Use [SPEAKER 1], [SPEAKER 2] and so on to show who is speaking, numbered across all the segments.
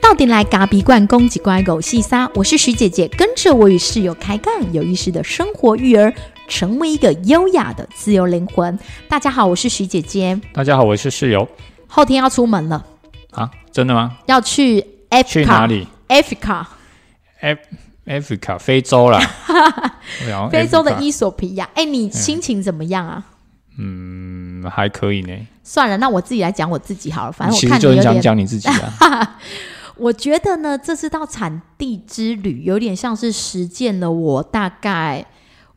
[SPEAKER 1] 到底来嘎鼻罐攻击乖狗细沙，我是徐姐姐，跟着我与室友开杠，有意识的生活育儿，成为一个优雅的自由灵魂。大家好，我是徐姐姐，
[SPEAKER 2] 大家好，我是室友
[SPEAKER 1] 后天要出门了，
[SPEAKER 2] 啊，真的吗？
[SPEAKER 1] 要去 Africa，
[SPEAKER 2] 去哪里
[SPEAKER 1] ？Africa，
[SPEAKER 2] ？Africa 非洲 啦，然后
[SPEAKER 1] 非洲的
[SPEAKER 2] 哦 Africa，
[SPEAKER 1] 伊索比亚。哎，你心情怎么样啊？
[SPEAKER 2] 嗯，还可以呢。
[SPEAKER 1] 算了，那我自己来讲我自己好了，反
[SPEAKER 2] 你
[SPEAKER 1] 正
[SPEAKER 2] 其
[SPEAKER 1] 我
[SPEAKER 2] 实
[SPEAKER 1] 看你
[SPEAKER 2] 就很
[SPEAKER 1] 有
[SPEAKER 2] 想
[SPEAKER 1] 点
[SPEAKER 2] 讲你自己 啊，
[SPEAKER 1] 我觉得呢，这次到产地之旅有点像是实践了我大概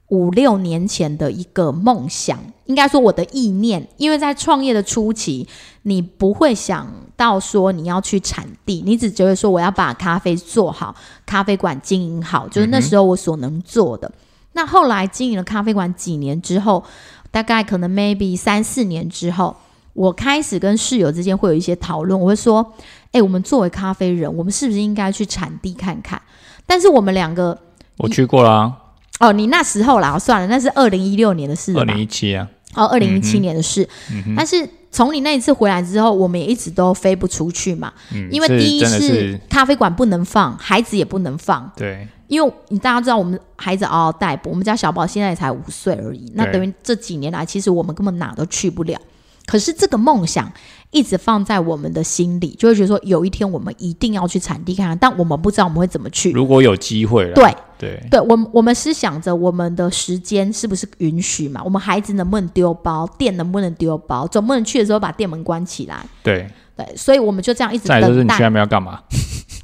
[SPEAKER 1] 五六年前的一个梦想，应该说我的意念。因为在创业的初期，你不会想到说你要去产地，你只觉得说我要把咖啡做好，咖啡馆经营好，就是那时候我所能做的。那后来经营了咖啡馆几年之后，大概可能 maybe 三四年之后，我开始跟室友之间会有一些讨论，我会说。哎、我们作为咖啡人，我们是不是应该去产地看看？但是我们两个，
[SPEAKER 2] 我去过啦，
[SPEAKER 1] 哦，你那时候啦，算了，那是二零一六年的事
[SPEAKER 2] 二
[SPEAKER 1] 了吧
[SPEAKER 2] 零？一嗯七啊，
[SPEAKER 1] 哦，二零一七年的事。但是从你那一次回来之后，我们也一直都飞不出去嘛，
[SPEAKER 2] 嗯，
[SPEAKER 1] 因为
[SPEAKER 2] 是
[SPEAKER 1] 第一
[SPEAKER 2] 真的
[SPEAKER 1] 是
[SPEAKER 2] 是
[SPEAKER 1] 咖啡馆不能放，孩子也不能放，
[SPEAKER 2] 对，
[SPEAKER 1] 因为你大家知道，我们孩子嗷嗷待哺，我们家小宝现在也才五岁而已，那
[SPEAKER 2] 对
[SPEAKER 1] 等于这几年来，其实我们根本哪都去不了。可是这个梦想一直放在我们的心里，就会觉得说有一天我们一定要去产地看看，但我们不知道我们会怎么去。
[SPEAKER 2] 如果有机会啦，
[SPEAKER 1] 对
[SPEAKER 2] 对，
[SPEAKER 1] 对，我们我们是想着我们的时间是不是允许嘛？我们孩子能不能丢包，店能不能丢包，总不能去的时候把店门关起来。
[SPEAKER 2] 对，
[SPEAKER 1] 对，所以我们就这样一直
[SPEAKER 2] 再来就是
[SPEAKER 1] 等
[SPEAKER 2] 你去啊
[SPEAKER 1] 待。
[SPEAKER 2] 那边要干嘛？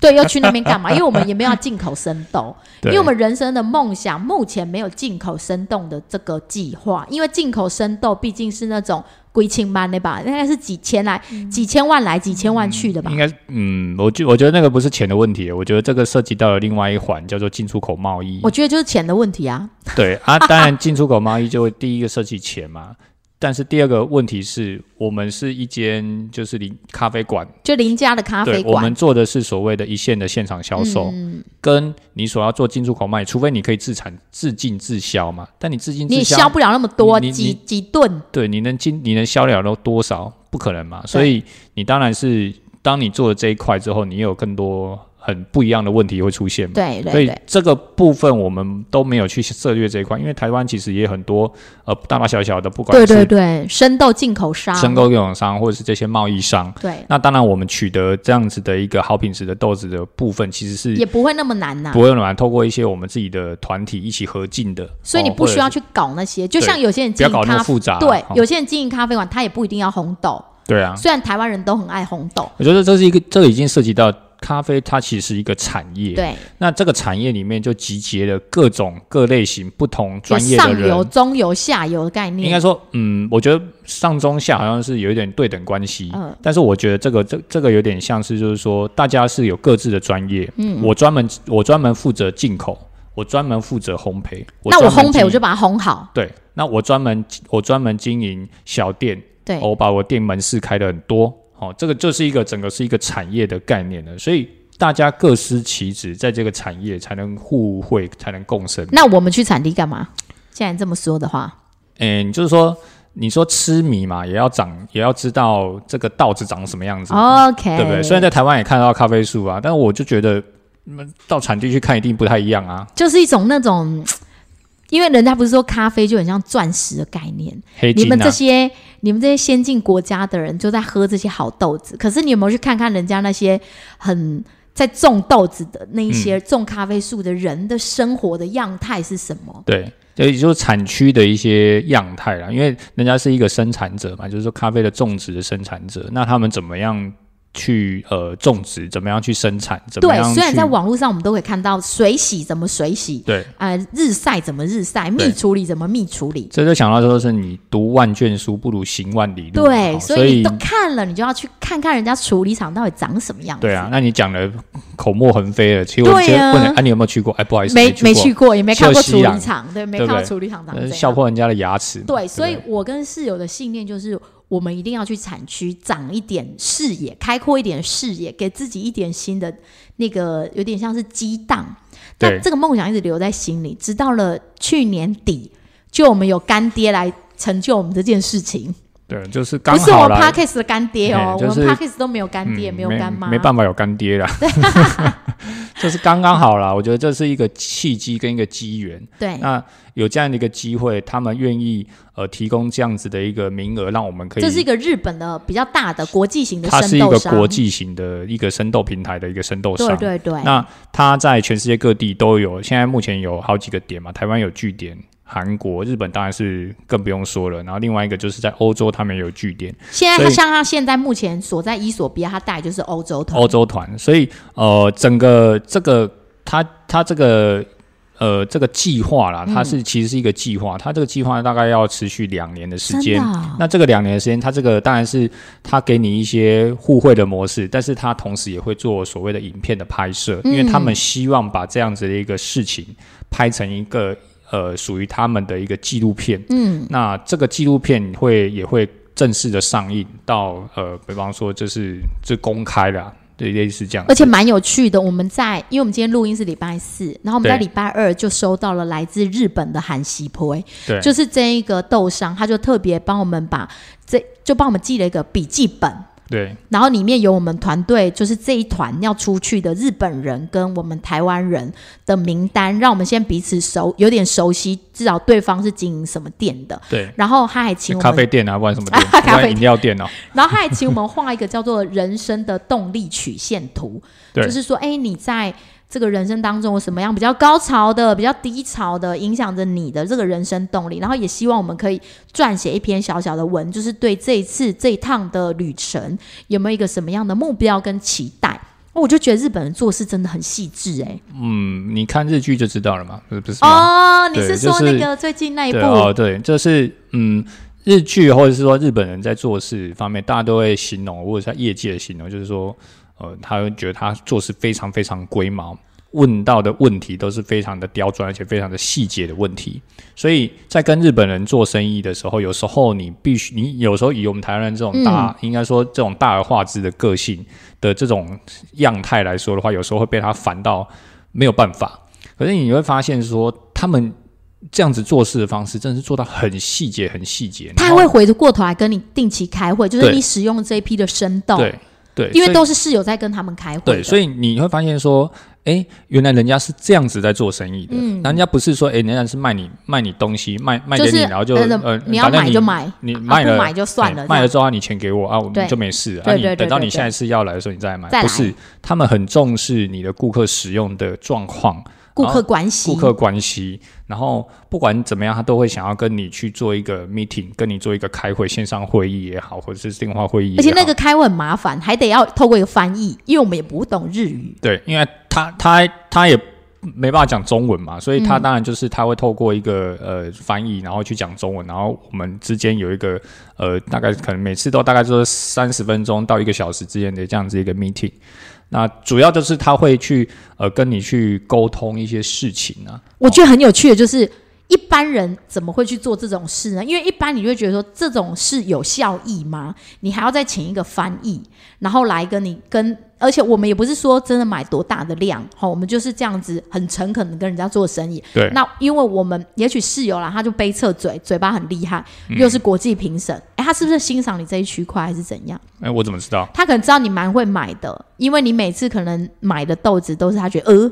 [SPEAKER 1] 对，要去那边干嘛？因为我们也没有要进口生豆。因
[SPEAKER 2] 对，
[SPEAKER 1] 为我们人生的梦想目前没有进口生豆的这个计划，因为进口生豆毕竟是那种归庆班的吧，应该是几千来、几千万来、几千万去的吧
[SPEAKER 2] 应。该是，嗯，我觉我觉得那个不是钱的问题，我觉得这个涉及到了另外一环，叫做进出口贸易
[SPEAKER 1] 我。觉得就是钱的问题啊，
[SPEAKER 2] 对啊，当然进出口贸易就会第一个涉及钱嘛，但是第二个问题是我们是一间就是零咖啡馆，
[SPEAKER 1] 就邻家的咖啡
[SPEAKER 2] 对，我
[SPEAKER 1] 馆
[SPEAKER 2] 们做的是所谓的一线的现场销售，
[SPEAKER 1] 嗯、
[SPEAKER 2] 跟你所要做进出口贸易，除非你可以自产自进自销嘛，但你自进
[SPEAKER 1] 你
[SPEAKER 2] 自
[SPEAKER 1] 也销不了那么多，
[SPEAKER 2] 你你
[SPEAKER 1] 几几吨，
[SPEAKER 2] 对，你能进，你能销了都多少？不可能嘛。所以你当然是，当你做了这一块之后，你也有更多很不一样的问题会出现嘛。
[SPEAKER 1] 对对
[SPEAKER 2] 所以
[SPEAKER 1] 对，
[SPEAKER 2] 这个部分我们都没有去涉略这一块，因为台湾其实也很多呃大大小小的，不管
[SPEAKER 1] 对对
[SPEAKER 2] 是
[SPEAKER 1] 对，生豆进口商，
[SPEAKER 2] 申购供应商或者是这些贸易商，
[SPEAKER 1] 对，
[SPEAKER 2] 那当然我们取得这样子的一个好品质的豆子的部分，其实
[SPEAKER 1] 也
[SPEAKER 2] 是
[SPEAKER 1] 不会那么难呐、
[SPEAKER 2] 嗯不会难，透过一些我们自己的团体一起合进的，
[SPEAKER 1] 所以你
[SPEAKER 2] 哦
[SPEAKER 1] 不需要
[SPEAKER 2] 或者
[SPEAKER 1] 去搞那些，就
[SPEAKER 2] 对
[SPEAKER 1] 像有些人
[SPEAKER 2] 是不
[SPEAKER 1] 经
[SPEAKER 2] 要
[SPEAKER 1] 营
[SPEAKER 2] 搞那么
[SPEAKER 1] 咖，
[SPEAKER 2] 复杂啊，
[SPEAKER 1] 对
[SPEAKER 2] 哦，
[SPEAKER 1] 有些人经营咖啡馆，他也不一定要红豆，
[SPEAKER 2] 对啊，
[SPEAKER 1] 虽然台湾人都很爱红豆，
[SPEAKER 2] 我觉得这是一个，这个已经涉及到咖啡，它其实是一个产业。，
[SPEAKER 1] 对，
[SPEAKER 2] 那这个产业里面就集结了各种各类型不同专业
[SPEAKER 1] 有
[SPEAKER 2] 的
[SPEAKER 1] 上游、
[SPEAKER 2] 人。
[SPEAKER 1] 中游、下游的概念，
[SPEAKER 2] 应该说，嗯，我觉得上中下好像是有一点对等关系，
[SPEAKER 1] 嗯
[SPEAKER 2] 但是我觉得这个这这个有点像是就是说，大家是有各自的专业，嗯，我专门我专门负责进口，我专门负责烘焙，
[SPEAKER 1] 那我烘
[SPEAKER 2] 专门
[SPEAKER 1] 焙我
[SPEAKER 2] 经
[SPEAKER 1] 就把它烘好，
[SPEAKER 2] 对，那我专门我专门经营小店，哦
[SPEAKER 1] 对，
[SPEAKER 2] 我把我店门市开的很多，哦，这个就是一个整个是一个产业的概念了，所以大家各司其职，在这个产业才能互惠，才能共生。
[SPEAKER 1] 那我们去产地干嘛？既然这么说的话，
[SPEAKER 2] 诶，你就是说，你说吃米嘛，也要长，也要知道这个稻子长什么样子，
[SPEAKER 1] 哦，OK，
[SPEAKER 2] 对不对？虽然在台湾也看得到咖啡树啊，但我就觉得。嗯到产地去看一定不太一样啊，
[SPEAKER 1] 就是一种那种，因为人家不是说咖啡就很像钻石的概念，
[SPEAKER 2] 黑
[SPEAKER 1] 你
[SPEAKER 2] 金
[SPEAKER 1] 们
[SPEAKER 2] 啊
[SPEAKER 1] 这，些你们这些先进国家的人就在喝这些好豆子，可是你有没有去看看人家那些很？在种豆子的那一
[SPEAKER 2] 嗯
[SPEAKER 1] 些种咖啡树的人的生活的样态是什么？
[SPEAKER 2] 对，所以就是产区的一些样态啦，因为人家是一个生产者嘛，就是说咖啡的种植的生产者，那他们怎么样去呃种植，怎么样去生产，怎么
[SPEAKER 1] 对
[SPEAKER 2] 样，去
[SPEAKER 1] 虽然在网络上我们都可以看到水洗怎么水洗，
[SPEAKER 2] 对，
[SPEAKER 1] 呃，日晒怎么日晒，
[SPEAKER 2] 对
[SPEAKER 1] 蜜处理怎么蜜处理，
[SPEAKER 2] 这就想到说是你读万卷书不如行万里路嘛，
[SPEAKER 1] 对，
[SPEAKER 2] 好
[SPEAKER 1] 所
[SPEAKER 2] 所
[SPEAKER 1] 以你都看了，你就要去看看人家处理厂到底长什么样子。
[SPEAKER 2] 对啊，，那你讲的口沫横飞了，其实我
[SPEAKER 1] 对
[SPEAKER 2] 觉得
[SPEAKER 1] 啊
[SPEAKER 2] 问你，啊，你有没有去过？哎，不好意思，
[SPEAKER 1] 没
[SPEAKER 2] 没
[SPEAKER 1] 去过，也没看过
[SPEAKER 2] 秀
[SPEAKER 1] 处
[SPEAKER 2] 西
[SPEAKER 1] 理
[SPEAKER 2] 洋
[SPEAKER 1] 厂，对，没
[SPEAKER 2] 对
[SPEAKER 1] 看到
[SPEAKER 2] 不对
[SPEAKER 1] 处理厂长
[SPEAKER 2] 呃
[SPEAKER 1] 怎
[SPEAKER 2] 笑
[SPEAKER 1] 样。
[SPEAKER 2] 破人家的牙齿嘛，
[SPEAKER 1] 对，所
[SPEAKER 2] 不
[SPEAKER 1] 以我跟室友的信念就是，我们一定要去产区长一点视野，开阔一点视野，给自己一点新的那个，有点像是激荡。那
[SPEAKER 2] 对
[SPEAKER 1] 这个梦想一直留在心里，直到了去年底，就我们有干爹来成就我们这件事情，
[SPEAKER 2] 对，就是刚
[SPEAKER 1] 不是
[SPEAKER 2] 好
[SPEAKER 1] 我们
[SPEAKER 2] 啦，
[SPEAKER 1] Parkes 的干爹哦，
[SPEAKER 2] 嘿就是
[SPEAKER 1] 我们 Parkes 都没有干爹，
[SPEAKER 2] 嗯
[SPEAKER 1] 有干妈，
[SPEAKER 2] 没办法有干 爹啦， 就是刚刚好啦。我觉得这是一个契机跟一个机缘。
[SPEAKER 1] 对
[SPEAKER 2] 那有这样的一个机会，他们愿意呃提供这样子的一个名额，让我们可以
[SPEAKER 1] 这是一个日本的比较大的国际型的
[SPEAKER 2] 它是
[SPEAKER 1] 生
[SPEAKER 2] 一
[SPEAKER 1] 豆
[SPEAKER 2] 个
[SPEAKER 1] 商，
[SPEAKER 2] 国际型的一个生豆平台的一个生豆商。
[SPEAKER 1] 啊对对对，
[SPEAKER 2] 那它在全世界各地都有，现在目前有好几个点嘛，台湾有据点。韩国、日本当然是更不用说了，然后另外一个就是在欧洲，他们也有据点，
[SPEAKER 1] 现在
[SPEAKER 2] 所
[SPEAKER 1] 他
[SPEAKER 2] 以
[SPEAKER 1] 像他现在目前所在伊索比亚，他带的就是欧洲团，
[SPEAKER 2] 欧洲团，所以呃，整个这个它它这个呃这个计划
[SPEAKER 1] 嗯
[SPEAKER 2] 啦，它是其实是一个计划，它这个计划大概要持续两年的时
[SPEAKER 1] 真
[SPEAKER 2] 间
[SPEAKER 1] 的。啊、
[SPEAKER 2] 那这个两年的时间，它这个当然是它给你一些互惠的模式，但是它同时也会做所谓的影片的拍摄，因为他
[SPEAKER 1] 嗯
[SPEAKER 2] 们希望把这样子的一个事情拍成一个呃属于他们的一个纪录片。
[SPEAKER 1] 嗯，
[SPEAKER 2] 那这个纪录片会也会正式的上映到呃，比方说就是这公开的、啊，对，类似这样。
[SPEAKER 1] 而且蛮有趣的。我们在，因为我们今天录音是礼拜四，然后我们在
[SPEAKER 2] 对
[SPEAKER 1] 礼拜二就收到了来自日本的韩西坡，
[SPEAKER 2] 对，
[SPEAKER 1] 就是这一个豆商，他就特别帮我们把这就帮我们记了一个笔记本，
[SPEAKER 2] 对，
[SPEAKER 1] 然后里面有我们团队，就是这一团要出去的日本人跟我们台湾人的名单，让我们先彼此熟，有点熟悉，至少对方是经营什么店的。
[SPEAKER 2] 对。
[SPEAKER 1] 然后他还请我
[SPEAKER 2] 咖
[SPEAKER 1] 们
[SPEAKER 2] 啡店啊，不然什么店，
[SPEAKER 1] 咖啡
[SPEAKER 2] 不然饮料店哦、
[SPEAKER 1] 然后他还请我们画一个叫做“人生的动力曲线图”，
[SPEAKER 2] 对
[SPEAKER 1] 就是说，哎，你在这个人生当中有什么样比较高潮的、比较低潮的，影响着你的这个人生动力。然后也希望我们可以撰写一篇小小的文，就是对这一次这一趟的旅程有没有一个什么样的目标跟期待。哦我就觉得日本人做事真的很细致哎、
[SPEAKER 2] 嗯，你看日剧就知道了嘛，不是不是吗？
[SPEAKER 1] 哦，你是
[SPEAKER 2] 对
[SPEAKER 1] 说
[SPEAKER 2] 就是
[SPEAKER 1] 那个最近那一部？
[SPEAKER 2] 对哦，对，就是嗯，日剧或者是说日本人在做事方面，大家都会形容，或者在业界形容，就是说，呃，他会觉得他做事非常非常龟毛，问到的问题都是非常的刁钻，而且非常的细节的问题。所以在跟日本人做生意的时候，有时候你必须，你有时候以我们台湾人这种大，
[SPEAKER 1] 嗯
[SPEAKER 2] 应该说这种大而化之的个性的这种样态来说的话，有时候会被他烦到没有办法。可是你会发现说，他们这样子做事的方式，真的是做到很细节、很细节。
[SPEAKER 1] 他
[SPEAKER 2] 然后
[SPEAKER 1] 会回过头来跟你定期开会，就是
[SPEAKER 2] 对
[SPEAKER 1] 你使用这一批的生动，
[SPEAKER 2] 对对，
[SPEAKER 1] 因为
[SPEAKER 2] 所以
[SPEAKER 1] 都是室友在跟他们开会的，
[SPEAKER 2] 对，所以你会发现说，哎，原来人家是这样子在做生意的，人家不是说，哎，人家是卖你卖你东西，卖卖
[SPEAKER 1] 嗯就
[SPEAKER 2] 给你，
[SPEAKER 1] 是
[SPEAKER 2] 然后就
[SPEAKER 1] 呃
[SPEAKER 2] 呃，
[SPEAKER 1] 你要
[SPEAKER 2] 反正
[SPEAKER 1] 买就买，
[SPEAKER 2] 你
[SPEAKER 1] 啊
[SPEAKER 2] 卖
[SPEAKER 1] 不
[SPEAKER 2] 了
[SPEAKER 1] 买就算了
[SPEAKER 2] 对
[SPEAKER 1] 这
[SPEAKER 2] 卖
[SPEAKER 1] 样
[SPEAKER 2] 了之后啊你钱给我啊，我
[SPEAKER 1] 对
[SPEAKER 2] 们就没事了
[SPEAKER 1] 对
[SPEAKER 2] 啊。
[SPEAKER 1] 对对
[SPEAKER 2] 你等到
[SPEAKER 1] 对
[SPEAKER 2] 你
[SPEAKER 1] 对
[SPEAKER 2] 下一次要来的时候，你再来买
[SPEAKER 1] 再，来
[SPEAKER 2] 不是？他们很重视你的顾客使用的状况，
[SPEAKER 1] 顾
[SPEAKER 2] 然
[SPEAKER 1] 客
[SPEAKER 2] 后
[SPEAKER 1] 关系，
[SPEAKER 2] 哦顾客关系，然后不管怎么样，他都会想要跟你去做一个 meeting，跟你做一个开会，线上会议也好，或者是电话会议也好。
[SPEAKER 1] 而且那个开会很麻烦，还得要透过一个翻译，因为我们也不懂日语。
[SPEAKER 2] 对，因为他他他也没办法讲中文嘛，所以
[SPEAKER 1] 嗯
[SPEAKER 2] 他当然就是他会透过一个呃翻译，然后去讲中文，然后我们之间有一个呃大概可能每次都大概就是三十分钟到一个小时之间的这样子一个 meeting。那主要就是他会去呃跟你去沟通一些事情啊，
[SPEAKER 1] 我觉得很有趣的就是，一般人怎么会去做这种事呢？因为一般你就会觉得说这种事有效益吗？你还要再请一个翻译，然后来跟你跟，而且我们也不是说真的买多大的量，好、我们就是这样子很诚恳的跟人家做生意。
[SPEAKER 2] 对
[SPEAKER 1] 那因为我们也许室友啦，他就背侧嘴，嘴巴很厉害，
[SPEAKER 2] 嗯
[SPEAKER 1] 又是国际评审，哎、他是不是欣赏你这一区块还是怎样？
[SPEAKER 2] 哎、我怎么知道？
[SPEAKER 1] 他可能知道你蛮会买的，因为你每次可能买的豆子都是他觉得呃。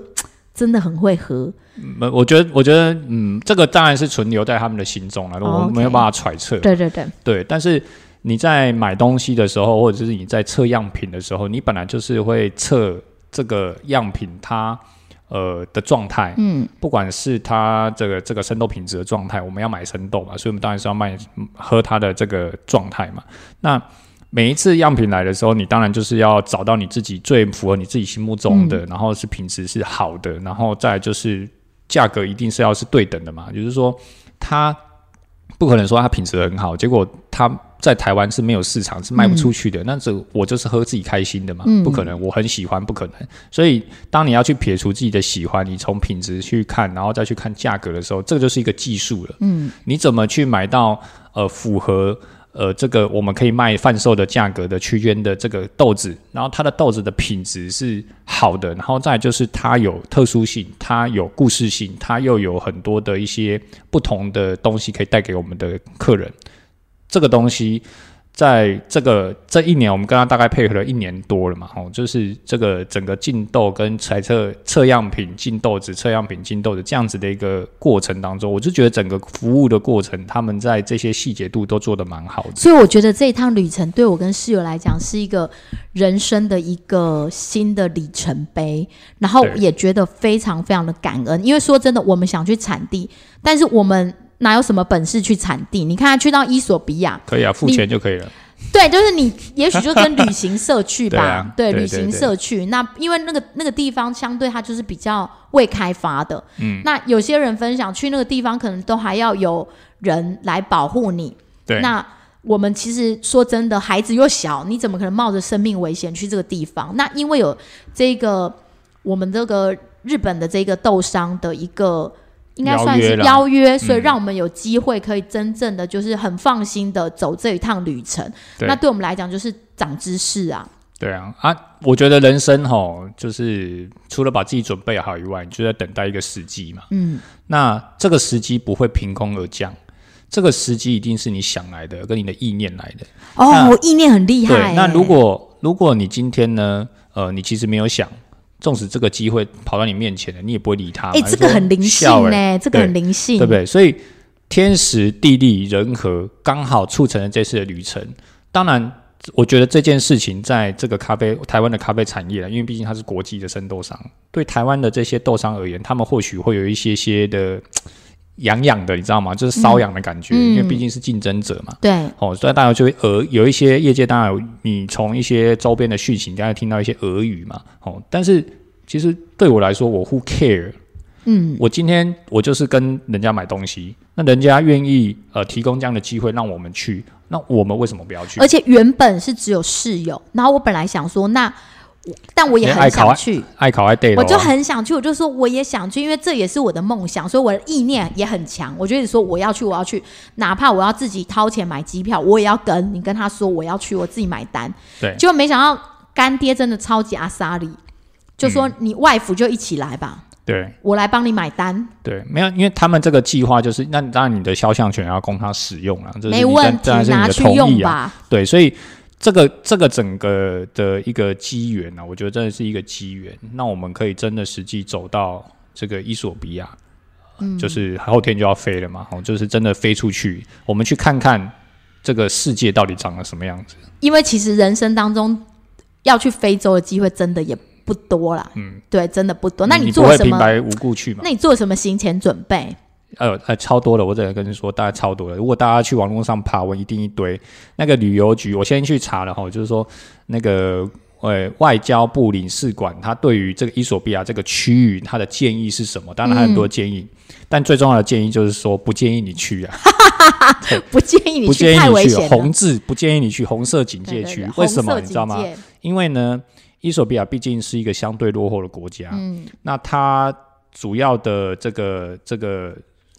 [SPEAKER 1] 真的很会喝，
[SPEAKER 2] 嗯，我觉得，我觉得，嗯，这个当然是存留在他们的心中了，
[SPEAKER 1] 哦
[SPEAKER 2] 我们没有
[SPEAKER 1] OK
[SPEAKER 2] 办法揣测。
[SPEAKER 1] 对对对，
[SPEAKER 2] 对，但是你在买东西的时候，或者是你在测样品的时候，你本来就是会测这个样品它呃的状态，
[SPEAKER 1] 嗯，
[SPEAKER 2] 不管是它这个这个生豆品质的状态，我们要买生豆嘛，所以我们当然是要卖嗯喝它的这个状态嘛。那每一次样品来的时候，你当然就是要找到你自己最符合你自己心目中的，然后是品质是好的，然后再来就是价格一定是要是对等的嘛，也就是说它不可能说它品质很好，结果它在台湾是没有市场，是卖不出去的。那这我就是喝自己开心的嘛，不可能，我很喜欢，不可能。所以当你要去撇除自己的喜欢，你从品质去看，然后再去看价格的时候，这个就是一个技术了。嗯，你怎么去买到呃符合？呃，这个我们可以卖贩售的价格的区间的这个豆子，然后它的豆子的品质是好的，然后再来就是它有特殊性，它有故事性，它又有很多的一些不同的东西可以带给我们的客人。这个东西在这个这一年，我们跟他大概配合了一年多了嘛，哦，就是这个整个进豆跟采测测样品进豆子、测样品进豆子这样子的一个过程当中，我就觉得整个服务的过程，他们在这些细节度都做得蛮好的。
[SPEAKER 1] 所以我觉得这一趟旅程对我跟室友来讲是一个人生的一个新的里程碑，然后
[SPEAKER 2] 对
[SPEAKER 1] 也觉得非常非常的感恩。因为说真的，我们想去产地，但是我们哪有什么本事去产地？你看，去到伊索比亚，
[SPEAKER 2] 可以啊，付钱就可以了。
[SPEAKER 1] 对，就是你，也许就跟旅行社去吧，
[SPEAKER 2] 对啊对对
[SPEAKER 1] 旅行社去。那因为那个那个地方相对它就是比较未开发的，嗯，那有些人分享去那个地方，可能都还要有人来保护你。
[SPEAKER 2] 对，
[SPEAKER 1] 那我们其实说真的，孩子又小，你怎么可能冒着生命危险去这个地方？那因为有这个我们这个日本的这个豆商的一个。应该算
[SPEAKER 2] 邀约
[SPEAKER 1] 是
[SPEAKER 2] 啦嗯
[SPEAKER 1] 邀约，所以让我们有机会可以真正的就是很放心的走这一趟旅程。
[SPEAKER 2] 对
[SPEAKER 1] 那对我们来讲就是长知识啊，
[SPEAKER 2] 对啊，啊，我觉得人生吼，就是除了把自己准备好以外，你就在等待一个时机嘛。
[SPEAKER 1] 嗯，
[SPEAKER 2] 那这个时机不会凭空而降，这个时机一定是你想来的，跟你的意念来的。那
[SPEAKER 1] 哦，意念很厉害欸、
[SPEAKER 2] 对，那如果如果你今天呢，呃，你其实没有想，纵使这个机会跑到你面前了，你也不会理它嘛。
[SPEAKER 1] 哎、这个
[SPEAKER 2] 就说
[SPEAKER 1] 很灵性
[SPEAKER 2] 笑欸
[SPEAKER 1] 呢、这个很灵性，
[SPEAKER 2] 对不对？所以天时地利人和刚好促成了这次的旅程。当然，我觉得这件事情在这个咖啡台湾的咖啡产业了，因为毕竟它是国际的生豆商，对台湾的这些豆商而言，他们或许会有一些些的痒痒的，你知道吗？就是瘙痒的感觉，
[SPEAKER 1] 嗯
[SPEAKER 2] 因为毕竟是竞争者嘛。
[SPEAKER 1] 对
[SPEAKER 2] 哦，所以大家就会俄有一些业界，当然有你从一些周边的讯息，大家听到一些俄语嘛。哦，但是其实对我来说，我 who care？
[SPEAKER 1] 嗯，
[SPEAKER 2] 我今天我就是跟人家买东西，那人家愿意呃提供这样的机会让我们去，那我们为什么不要去？
[SPEAKER 1] 而且原本是只有室友，然后我本来想说，那我但我也
[SPEAKER 2] 哎
[SPEAKER 1] 很
[SPEAKER 2] 考啊
[SPEAKER 1] 想去，
[SPEAKER 2] 爱考爱 day
[SPEAKER 1] 我就很想去，我就说我也想去，因为这也是我的梦想，所以我的意念也很强。我就一直说我要去，我要去，哪怕我要自己掏钱买机票，我也要跟你跟他说我要去，我自己买单。
[SPEAKER 2] 对
[SPEAKER 1] 结果没想到干爹真的超级阿莎里，就
[SPEAKER 2] 嗯
[SPEAKER 1] 说你外服就一起来吧，
[SPEAKER 2] 对
[SPEAKER 1] 我来帮你买单，
[SPEAKER 2] 对，没有，因为他们这个计划就是，那当然你的肖像权要供他使用了，这是
[SPEAKER 1] 没
[SPEAKER 2] 你
[SPEAKER 1] 问
[SPEAKER 2] 但
[SPEAKER 1] 题
[SPEAKER 2] 当然，是你
[SPEAKER 1] 拿
[SPEAKER 2] 的
[SPEAKER 1] 去
[SPEAKER 2] 同
[SPEAKER 1] 用
[SPEAKER 2] 意啊。
[SPEAKER 1] 吧。
[SPEAKER 2] 对，所以这个这个整个的一个机缘呢，我觉得真的是一个机缘。那我们可以真的实际走到这个伊索比亚，嗯、就是后天就要飞了嘛，哦，就是真的飞出去，我们去看看这个世界到底长得什么样子。
[SPEAKER 1] 因为其实人生当中要去非洲的机会真的也不多啦，嗯，对，真的不多。那
[SPEAKER 2] 你不
[SPEAKER 1] 做
[SPEAKER 2] 会
[SPEAKER 1] 什
[SPEAKER 2] 平
[SPEAKER 1] 么？
[SPEAKER 2] 白无故去嘛？
[SPEAKER 1] 那你做什么行前准备？
[SPEAKER 2] 呃呃，超多了，我只能跟你说，大概超多了。如果大家去网络上爬文，一定一堆。那个旅游局，我先去查了哈，就是说那个呃外交部领事馆，它对于这个伊索比亚这个区域，它的建议是什么？当然它很多建议，
[SPEAKER 1] 嗯
[SPEAKER 2] 但最重要的建议就是说，不建议你去啊，
[SPEAKER 1] 不建议你
[SPEAKER 2] 不建
[SPEAKER 1] 去，
[SPEAKER 2] 议
[SPEAKER 1] 太
[SPEAKER 2] 你
[SPEAKER 1] 危
[SPEAKER 2] 去
[SPEAKER 1] 险了
[SPEAKER 2] 红。字，不建议你去红色警戒
[SPEAKER 1] 对对
[SPEAKER 2] 区。
[SPEAKER 1] 对
[SPEAKER 2] 为什么
[SPEAKER 1] 红色
[SPEAKER 2] 你知道吗
[SPEAKER 1] 警？戒
[SPEAKER 2] 因为呢，伊索比亚毕竟是一个相对落后的国家，
[SPEAKER 1] 嗯，
[SPEAKER 2] 那它主要的这个这个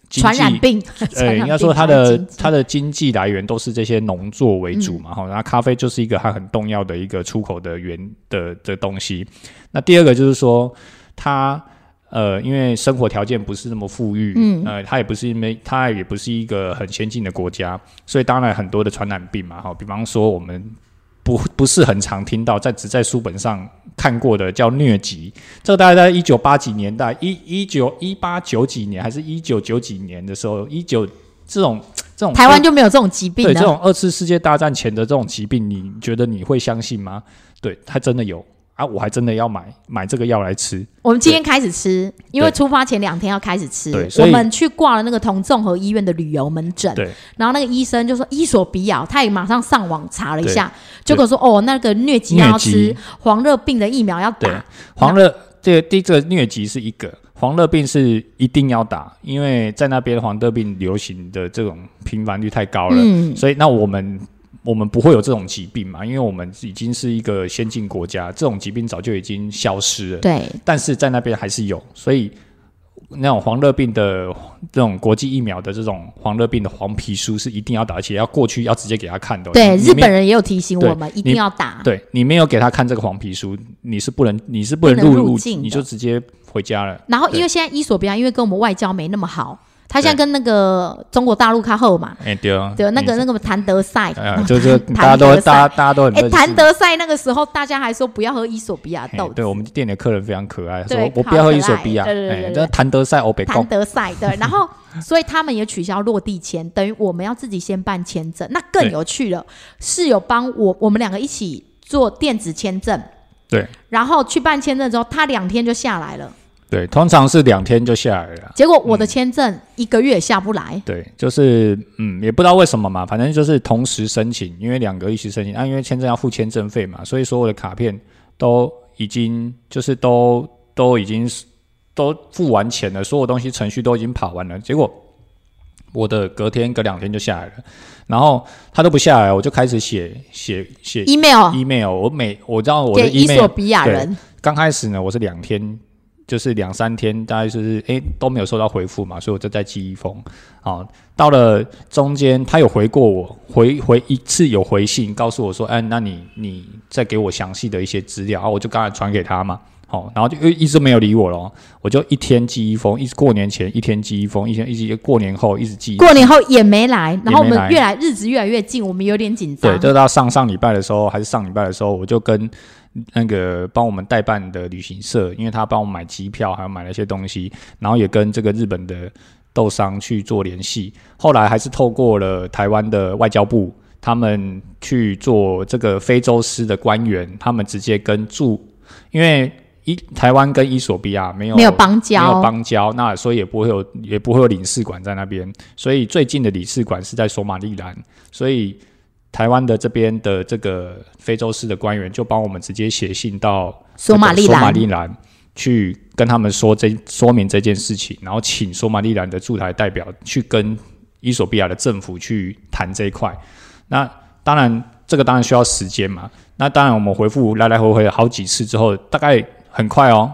[SPEAKER 2] 经
[SPEAKER 1] 传
[SPEAKER 2] 济
[SPEAKER 1] 染 病，传染
[SPEAKER 2] 呃，
[SPEAKER 1] 病
[SPEAKER 2] 应该说它的它
[SPEAKER 1] 的
[SPEAKER 2] 的经济嗯来源都是这些农作为主嘛，哈、然后咖啡就是一个它很重要的一个出口的源的的东西。那第二个就是说，它呃，因为生活条件不是那么富裕，
[SPEAKER 1] 嗯
[SPEAKER 2] 呃，它也不是因为它也不是一个很先进的国家，所以当然很多的传染病嘛，哈、比方说我们。不不是很常听到，在只在书本上看过的叫疟疾，这个大概在一九八几年代，一一九一八九几年还是一九九几年的时候，一九这种这种
[SPEAKER 1] 台湾就没有这种疾病啊
[SPEAKER 2] 对这
[SPEAKER 1] 的，
[SPEAKER 2] 种二次世界大战前的这种疾病，你觉得你会相信吗？对，它真的有啊，我还真的要买买这个药来吃。
[SPEAKER 1] 我们今天开始吃，因为出发前两天要开始吃
[SPEAKER 2] 对。所
[SPEAKER 1] 我
[SPEAKER 2] 以
[SPEAKER 1] 们去挂了那个同众和医院的啊旅游门诊，
[SPEAKER 2] 对
[SPEAKER 1] 然后那个医生就说伊索比亚，他也马上上网查了一
[SPEAKER 2] 对
[SPEAKER 1] 下，结果说哦，那个疟疾药要
[SPEAKER 2] 疟疾
[SPEAKER 1] 吃，黄热病的疫苗要
[SPEAKER 2] 对
[SPEAKER 1] 打，，
[SPEAKER 2] 黄热这个第一个疟疾是一个，黄热病是一定要打，因为在那边黄热病流行的这种频繁率太高了，
[SPEAKER 1] 嗯
[SPEAKER 2] 所以那我们。我们不会有这种疾病嘛？因为我们已经是一个先进国家，这种疾病早就已经消失了。
[SPEAKER 1] 对，
[SPEAKER 2] 但是在那边还是有，所以那种黄热病的这种国际疫苗的这种黄热病的黄皮书是一定要打，而且要过去要直接给他看的。
[SPEAKER 1] 对，
[SPEAKER 2] 你
[SPEAKER 1] 日
[SPEAKER 2] 没
[SPEAKER 1] 本人也有提醒
[SPEAKER 2] 对
[SPEAKER 1] 我们一定
[SPEAKER 2] 你
[SPEAKER 1] 要打。
[SPEAKER 2] 对你没有给他看这个黄皮书，你是不能你是不能
[SPEAKER 1] 不
[SPEAKER 2] 入
[SPEAKER 1] 能入境的
[SPEAKER 2] 你就直接回家了。
[SPEAKER 1] 然后因
[SPEAKER 2] 对
[SPEAKER 1] 为现在伊索比亚因为跟我们外交没那么好，他现在
[SPEAKER 2] 对
[SPEAKER 1] 跟那个中国大陆靠后嘛，
[SPEAKER 2] 哎、对啊，
[SPEAKER 1] 对，哦那
[SPEAKER 2] 你
[SPEAKER 1] 个那个谭德赛，
[SPEAKER 2] 呃，就是
[SPEAKER 1] 谭
[SPEAKER 2] 大家都
[SPEAKER 1] 谭德赛
[SPEAKER 2] 大家大家都很
[SPEAKER 1] 哎，
[SPEAKER 2] 认识。
[SPEAKER 1] 谭德赛那个时候大家还说不要喝伊索比亚
[SPEAKER 2] 嘿
[SPEAKER 1] 豆
[SPEAKER 2] 对
[SPEAKER 1] 子
[SPEAKER 2] 我们店里的客人非常可爱，
[SPEAKER 1] 对
[SPEAKER 2] 说我不要喝伊索比亚，
[SPEAKER 1] 好可爱对对对
[SPEAKER 2] 哎
[SPEAKER 1] 对
[SPEAKER 2] 这谭德赛欧北
[SPEAKER 1] 谭
[SPEAKER 2] 贡，
[SPEAKER 1] 德赛 对，然后所以他们也取消落地签，等于我们要自己先办签证。那更
[SPEAKER 2] 对
[SPEAKER 1] 有趣了，室友帮我我们两个一起做电子签证，
[SPEAKER 2] 对
[SPEAKER 1] 然后去办签证之后，他两天就下来了，
[SPEAKER 2] 对，通常是两天就下来了。啊
[SPEAKER 1] 结果我的签证一个月也下不来。
[SPEAKER 2] 对，就是嗯，也不知道为什么嘛，反正就是同时申请，因为两个一起申请，啊，因为签证要付签证费嘛，所以所有的卡片都已经就是都都已经都付完钱了，所有东西程序都已经跑完了，结果我的隔天隔两天就下来了，然后他都不下来，我就开始写写写
[SPEAKER 1] email
[SPEAKER 2] email，我每我知道我的
[SPEAKER 1] 哦给伊索
[SPEAKER 2] email
[SPEAKER 1] 比亚
[SPEAKER 2] 对
[SPEAKER 1] 人，
[SPEAKER 2] 刚开始呢，我是两天，就是两三天，大概就是诶都没有收到回复嘛，所以我就在记忆封。好，到了中间他有回过我，回回一次有回信告诉我说，哎、那你你再给我详细的一些资料，啊，我就刚才传给他嘛。好，然后就又一直没有理我咯，我就一天寄一封，一直过年前一天寄一封，一天一直过年后一直寄一封。
[SPEAKER 1] 过年后也没来，然后我
[SPEAKER 2] 也没
[SPEAKER 1] 们
[SPEAKER 2] 来
[SPEAKER 1] 越来日子越来越近，我们有点紧张
[SPEAKER 2] 对，。就到上上礼拜的时候，还是上礼拜的时候，我就跟那个帮我们代办的旅行社，因为他帮我买机票，还有买了一些东西，然后也跟这个日本的豆商去做联系。后来还是透过了台湾的外交部，他们去做这个非洲狮的官员，他们直接跟驻，因为伊台湾跟伊索比亚没有
[SPEAKER 1] 没有邦
[SPEAKER 2] 没有
[SPEAKER 1] 交，
[SPEAKER 2] 邦交，那所以也不会有也不会有领事馆在那边，所以最近的领事馆是在索马利兰，所以台湾的这边的这个非洲狮的官员就帮我们直接写信到
[SPEAKER 1] 索马
[SPEAKER 2] 这
[SPEAKER 1] 利
[SPEAKER 2] 个索马
[SPEAKER 1] 兰
[SPEAKER 2] 利兰去跟他们说这说明这件事情，然后请索马利兰的驻台代表去跟伊索比亚的政府去谈这一块。那当然，这个当然需要时间嘛。那当然，我们回复来来回回好几次之后，大概很快哦，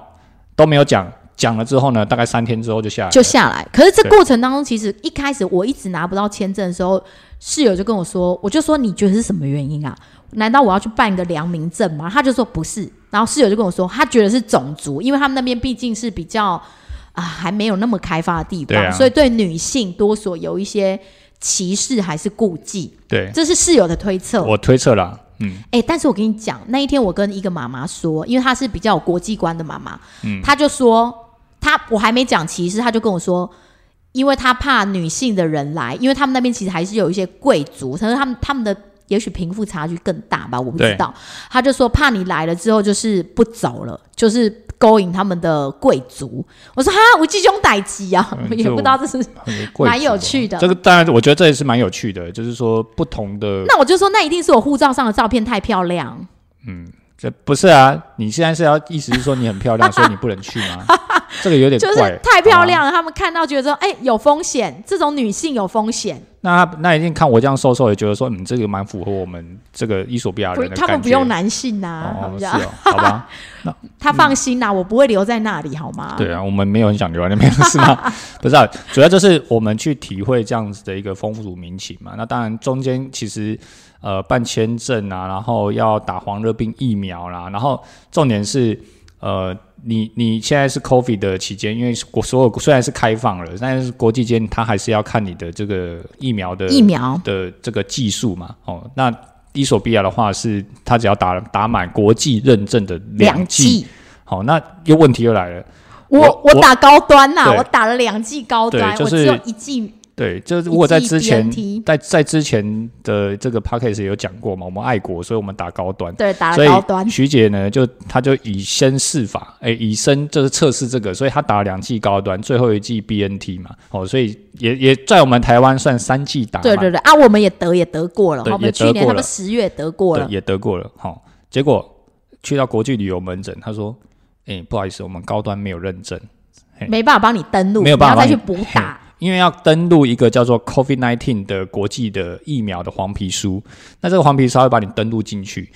[SPEAKER 2] 都没有讲。讲了之后呢，大概三天之后就下来了，
[SPEAKER 1] 就下来。可是这
[SPEAKER 2] 对
[SPEAKER 1] 过程当中，其实一开始我一直拿不到签证的时候，室友就跟我说，我就说你觉得是什么原因啊？难道我要去办一个良民证吗？他就说不是，然后室友就跟我说，他觉得是种族，因为他们那边毕竟是比较啊还没有那么开发的地
[SPEAKER 2] 对
[SPEAKER 1] 方，
[SPEAKER 2] 啊
[SPEAKER 1] 所以对女性多所有一些歧视还是顾忌，
[SPEAKER 2] 对
[SPEAKER 1] 这是室友的推测。
[SPEAKER 2] 我推测 啦，嗯，
[SPEAKER 1] 哎、但是我跟你讲，那一天我跟一个妈妈说，因为她是比较有国际观的妈妈，
[SPEAKER 2] 嗯
[SPEAKER 1] 她就说，她我还没讲歧视，她就跟我说，因为她怕女性的人来，因为他们那边其实还是有一些贵族，可能他们他们的也许贫富差距更大吧，我不知
[SPEAKER 2] 对
[SPEAKER 1] 道。她就说怕你来了之后就是不走了，就是勾引他们的贵族。我说哈，我鸡胸歹鸡啊，
[SPEAKER 2] 嗯
[SPEAKER 1] 我也
[SPEAKER 2] 就
[SPEAKER 1] 不知道这是。
[SPEAKER 2] 很贵
[SPEAKER 1] 蛮
[SPEAKER 2] 族
[SPEAKER 1] 有
[SPEAKER 2] 哦
[SPEAKER 1] 趣的
[SPEAKER 2] 这个当然，我觉得这也是蛮有趣的，就是说不同的
[SPEAKER 1] 那我就说，那一定是我护照上的照片太漂亮。
[SPEAKER 2] 这不是啊？你现在是要意思是说你很漂亮，所以你不能去 吗？这个有点
[SPEAKER 1] 就
[SPEAKER 2] 怪，
[SPEAKER 1] 是太漂
[SPEAKER 2] 好吗。
[SPEAKER 1] 亮了，他们看到觉得说，哎、有风险，这种女性有风险，
[SPEAKER 2] 那他那一定看我这样瘦瘦，也觉得说，嗯，这个蛮符合我们这个伊索比亚
[SPEAKER 1] 不
[SPEAKER 2] 啊人的感觉。
[SPEAKER 1] 他们不用啊男性呐、好
[SPEAKER 2] 哦，
[SPEAKER 1] 不
[SPEAKER 2] 是
[SPEAKER 1] 好
[SPEAKER 2] 哦，好吧，
[SPEAKER 1] 他放心啦、我不会留在那里，好吗？
[SPEAKER 2] 对啊，我们没有很想留在那边，是 吗？不是、啊，主要就是我们去体会这样子的一个风俗民情嘛。那当然，中间其实呃办签证啊，然后要打黄热病疫苗啦，然后重点是呃，你你现在是 COVID 的期间，因为国所有虽然是开放了，但是国际间它还是要看你的这个疫苗的
[SPEAKER 1] 疫苗
[SPEAKER 2] 的这个技术嘛。哦，那伊索比亚的话是，它只要打打满国际认证的两
[SPEAKER 1] 两
[SPEAKER 2] 剂。
[SPEAKER 1] 剂，
[SPEAKER 2] 好，那又问题又来了。
[SPEAKER 1] 我
[SPEAKER 2] 我
[SPEAKER 1] 我打高端呐、
[SPEAKER 2] 对
[SPEAKER 1] 我打了两剂高端，
[SPEAKER 2] 对就
[SPEAKER 1] 我只
[SPEAKER 2] 是
[SPEAKER 1] 有一剂，
[SPEAKER 2] 对，就是如果在之前
[SPEAKER 1] 一剂 BNT
[SPEAKER 2] 在在之前的这个 p a c k a g e 也有讲过嘛，我们爱国，所以我们打高端。
[SPEAKER 1] 对，打
[SPEAKER 2] 所
[SPEAKER 1] 了
[SPEAKER 2] 以
[SPEAKER 1] 高端，
[SPEAKER 2] 徐姐呢，就她就以身试法，哎、以身就是测试这个，所以她打了两剂高端，最后一剂 BNT 嘛，哦，所以也也在我们台湾算三剂打满，
[SPEAKER 1] 对对对啊，我们也得也得过了，
[SPEAKER 2] 对
[SPEAKER 1] 我
[SPEAKER 2] 也
[SPEAKER 1] 们
[SPEAKER 2] 得
[SPEAKER 1] 去年
[SPEAKER 2] 过
[SPEAKER 1] 他
[SPEAKER 2] 了
[SPEAKER 1] 们十月得过了
[SPEAKER 2] 对，也得过了，好、结果去到国际旅游门诊，他说，哎、不好意思，我们高端没有认证，对
[SPEAKER 1] 没办法帮你登录，
[SPEAKER 2] 没有办法
[SPEAKER 1] 你要再去
[SPEAKER 2] 帮
[SPEAKER 1] 补打，
[SPEAKER 2] 因为要登录一个叫做 COVID-19 的国际的疫苗的黄皮书，那这个黄皮书它会把你登录进去，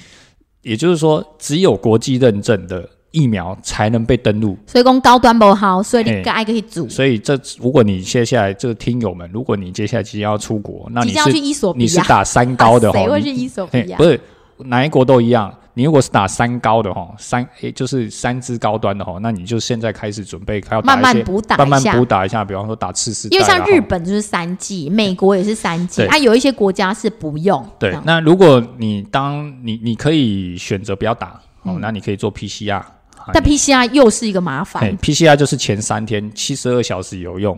[SPEAKER 2] 也就是说，只有国际认证的疫苗才能被登录。
[SPEAKER 1] 所以讲高端不好，所以你
[SPEAKER 2] 嘿
[SPEAKER 1] 该爱可以组，
[SPEAKER 2] 所以这如果你接下来这个听友们，如果你接下来即将要出国，那
[SPEAKER 1] 即
[SPEAKER 2] 你
[SPEAKER 1] 将要去
[SPEAKER 2] 是
[SPEAKER 1] 伊索比
[SPEAKER 2] 你是
[SPEAKER 1] 亚，
[SPEAKER 2] 打三高的
[SPEAKER 1] 啊
[SPEAKER 2] 哈，
[SPEAKER 1] 谁会
[SPEAKER 2] 你
[SPEAKER 1] 去伊索
[SPEAKER 2] 嘿
[SPEAKER 1] 比亚
[SPEAKER 2] 不？是哪一国都一样。你如果是打三高的哈，三诶就是三支高端的哈，那你就现在开始准备，还要打
[SPEAKER 1] 慢
[SPEAKER 2] 一
[SPEAKER 1] 慢
[SPEAKER 2] 些
[SPEAKER 1] 补打
[SPEAKER 2] 慢慢
[SPEAKER 1] 一下
[SPEAKER 2] 补，打一下，比方说打次世代
[SPEAKER 1] 因
[SPEAKER 2] 啊，
[SPEAKER 1] 为像日
[SPEAKER 2] 吼
[SPEAKER 1] 本就是三剂，美国也是三剂，
[SPEAKER 2] 对
[SPEAKER 1] 啊，有一些国家是不用。这
[SPEAKER 2] 对
[SPEAKER 1] 样，
[SPEAKER 2] 那如果你当你你可以选择不要打哦，那你可以做 PCR 啊。
[SPEAKER 1] 嗯但 PCR 又是一个麻
[SPEAKER 2] 哎
[SPEAKER 1] 烦，
[SPEAKER 2] ，PCR 就是前三天七十二小时有用，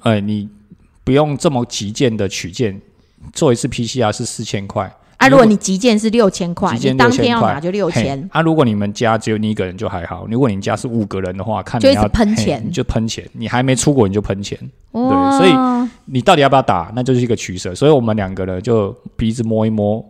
[SPEAKER 2] 哎，你不用这么急件的取件，做一次 PCR 是四千块，
[SPEAKER 1] 啊，如果你急件是六千块，
[SPEAKER 2] 急
[SPEAKER 1] 你
[SPEAKER 2] 件
[SPEAKER 1] 当
[SPEAKER 2] 六
[SPEAKER 1] 天
[SPEAKER 2] 千
[SPEAKER 1] 要
[SPEAKER 2] 块
[SPEAKER 1] 拿就六千
[SPEAKER 2] 嘿。啊，如果你们家只有你一个人就还好，如果你家是五个人的话，看
[SPEAKER 1] 就
[SPEAKER 2] 你
[SPEAKER 1] 一直
[SPEAKER 2] 要
[SPEAKER 1] 喷
[SPEAKER 2] 嘿
[SPEAKER 1] 钱
[SPEAKER 2] 你就喷钱，你还没出国你就喷钱，
[SPEAKER 1] 哇
[SPEAKER 2] 所以你到底要不要打，那就是一个取舍。所以我们两个呢，就鼻子摸一摸，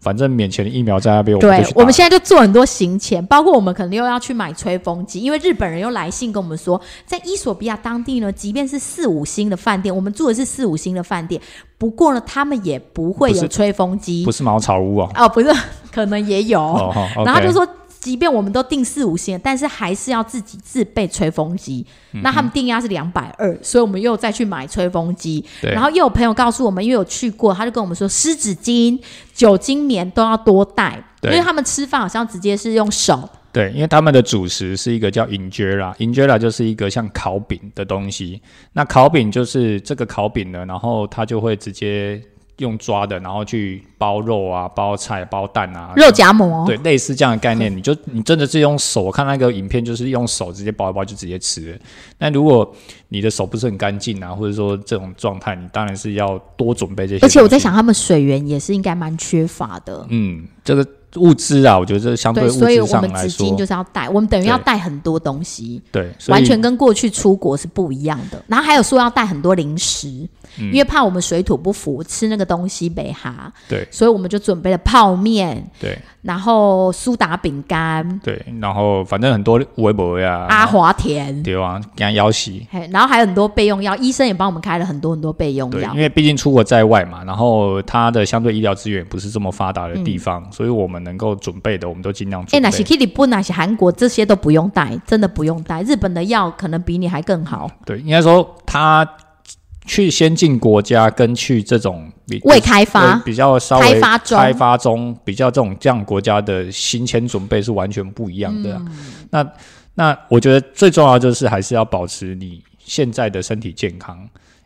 [SPEAKER 2] 反正免钱的疫苗在那边，我们
[SPEAKER 1] 对
[SPEAKER 2] 就去，打
[SPEAKER 1] 我们现在就做很多行前，包括我们可能又要去买吹风机，因为日本人又来信跟我们说，在伊索比亚当地呢，即便是四五星的饭店，我们住的是四五星的饭店，不过呢，他们也不会
[SPEAKER 2] 不
[SPEAKER 1] 有
[SPEAKER 2] 是
[SPEAKER 1] 吹风机
[SPEAKER 2] 不是茅草屋哦。
[SPEAKER 1] 哦，不是， 可能也有。
[SPEAKER 2] 哦，哦
[SPEAKER 1] 然后他
[SPEAKER 2] OK
[SPEAKER 1] 就说，即便我们都订四五星，但是还是要自己自备吹风机。
[SPEAKER 2] 嗯
[SPEAKER 1] 那他们定价是两百二，所以我们又再去买吹风机。
[SPEAKER 2] 对
[SPEAKER 1] 然后又有朋友告诉我们，因为有去过，他就跟我们说，湿纸巾、酒精棉都要多带，因
[SPEAKER 2] 对
[SPEAKER 1] 为他们吃饭好像直接是用手。
[SPEAKER 2] 对，因为他们的主食是一个叫 injera，injera 就是一个像烤饼的东西。那烤饼就是这个烤饼呢，然后它就会直接用抓的，然后去包肉啊、包菜、包蛋啊，
[SPEAKER 1] 肉夹馍，
[SPEAKER 2] 对，类似这样的概念，你就你真的是用手，我看那个影片就是用手直接包一包就直接吃了。那如果你的手不是很干净啊，或者说这种状态，你当然是要多准备这些。
[SPEAKER 1] 而且我在，想，他们水源也是应该蛮缺乏的。
[SPEAKER 2] 嗯，这个物资啊，我觉得这相
[SPEAKER 1] 对，
[SPEAKER 2] 物
[SPEAKER 1] 所以
[SPEAKER 2] 资
[SPEAKER 1] 我
[SPEAKER 2] 上
[SPEAKER 1] 们
[SPEAKER 2] 来
[SPEAKER 1] 纸巾
[SPEAKER 2] 说，
[SPEAKER 1] 就是要带，我们等于
[SPEAKER 2] 对
[SPEAKER 1] 要带很多东西。
[SPEAKER 2] 对，所以
[SPEAKER 1] 完全跟过去出国是不一样的。然后还有说要带很多零食，
[SPEAKER 2] 嗯
[SPEAKER 1] 因为怕我们水土不服，吃那个东西北哈，
[SPEAKER 2] 对
[SPEAKER 1] 所以我们就准备了泡面，
[SPEAKER 2] 对
[SPEAKER 1] 然后苏打饼干、
[SPEAKER 2] 对，然后反正很多微博呀、
[SPEAKER 1] 阿华田，
[SPEAKER 2] 对啊，给他要洗。
[SPEAKER 1] 嘿然后还有很多备用药，医生也帮我们开了很多很多备用
[SPEAKER 2] 对，
[SPEAKER 1] 药哎
[SPEAKER 2] 因。为毕竟出国在外嘛，然后它的相对医疗资源不是这么发达的地方，所以我们能够准备的，我们都尽量
[SPEAKER 1] 嗯哎，
[SPEAKER 2] 准备。
[SPEAKER 1] 那些 Kitty 不，那些韩国这些都不用带，真的不用带。日本的药可能比你还更好，
[SPEAKER 2] 对，应该说他去先进国家跟去这种比
[SPEAKER 1] 未开发
[SPEAKER 2] 呃比较稍微
[SPEAKER 1] 开发中
[SPEAKER 2] 开发中比较这种这样国家的行前准备是完全不一样的啊、
[SPEAKER 1] 嗯
[SPEAKER 2] 那那我觉得最重要就是还是要保持你现在的身体健康，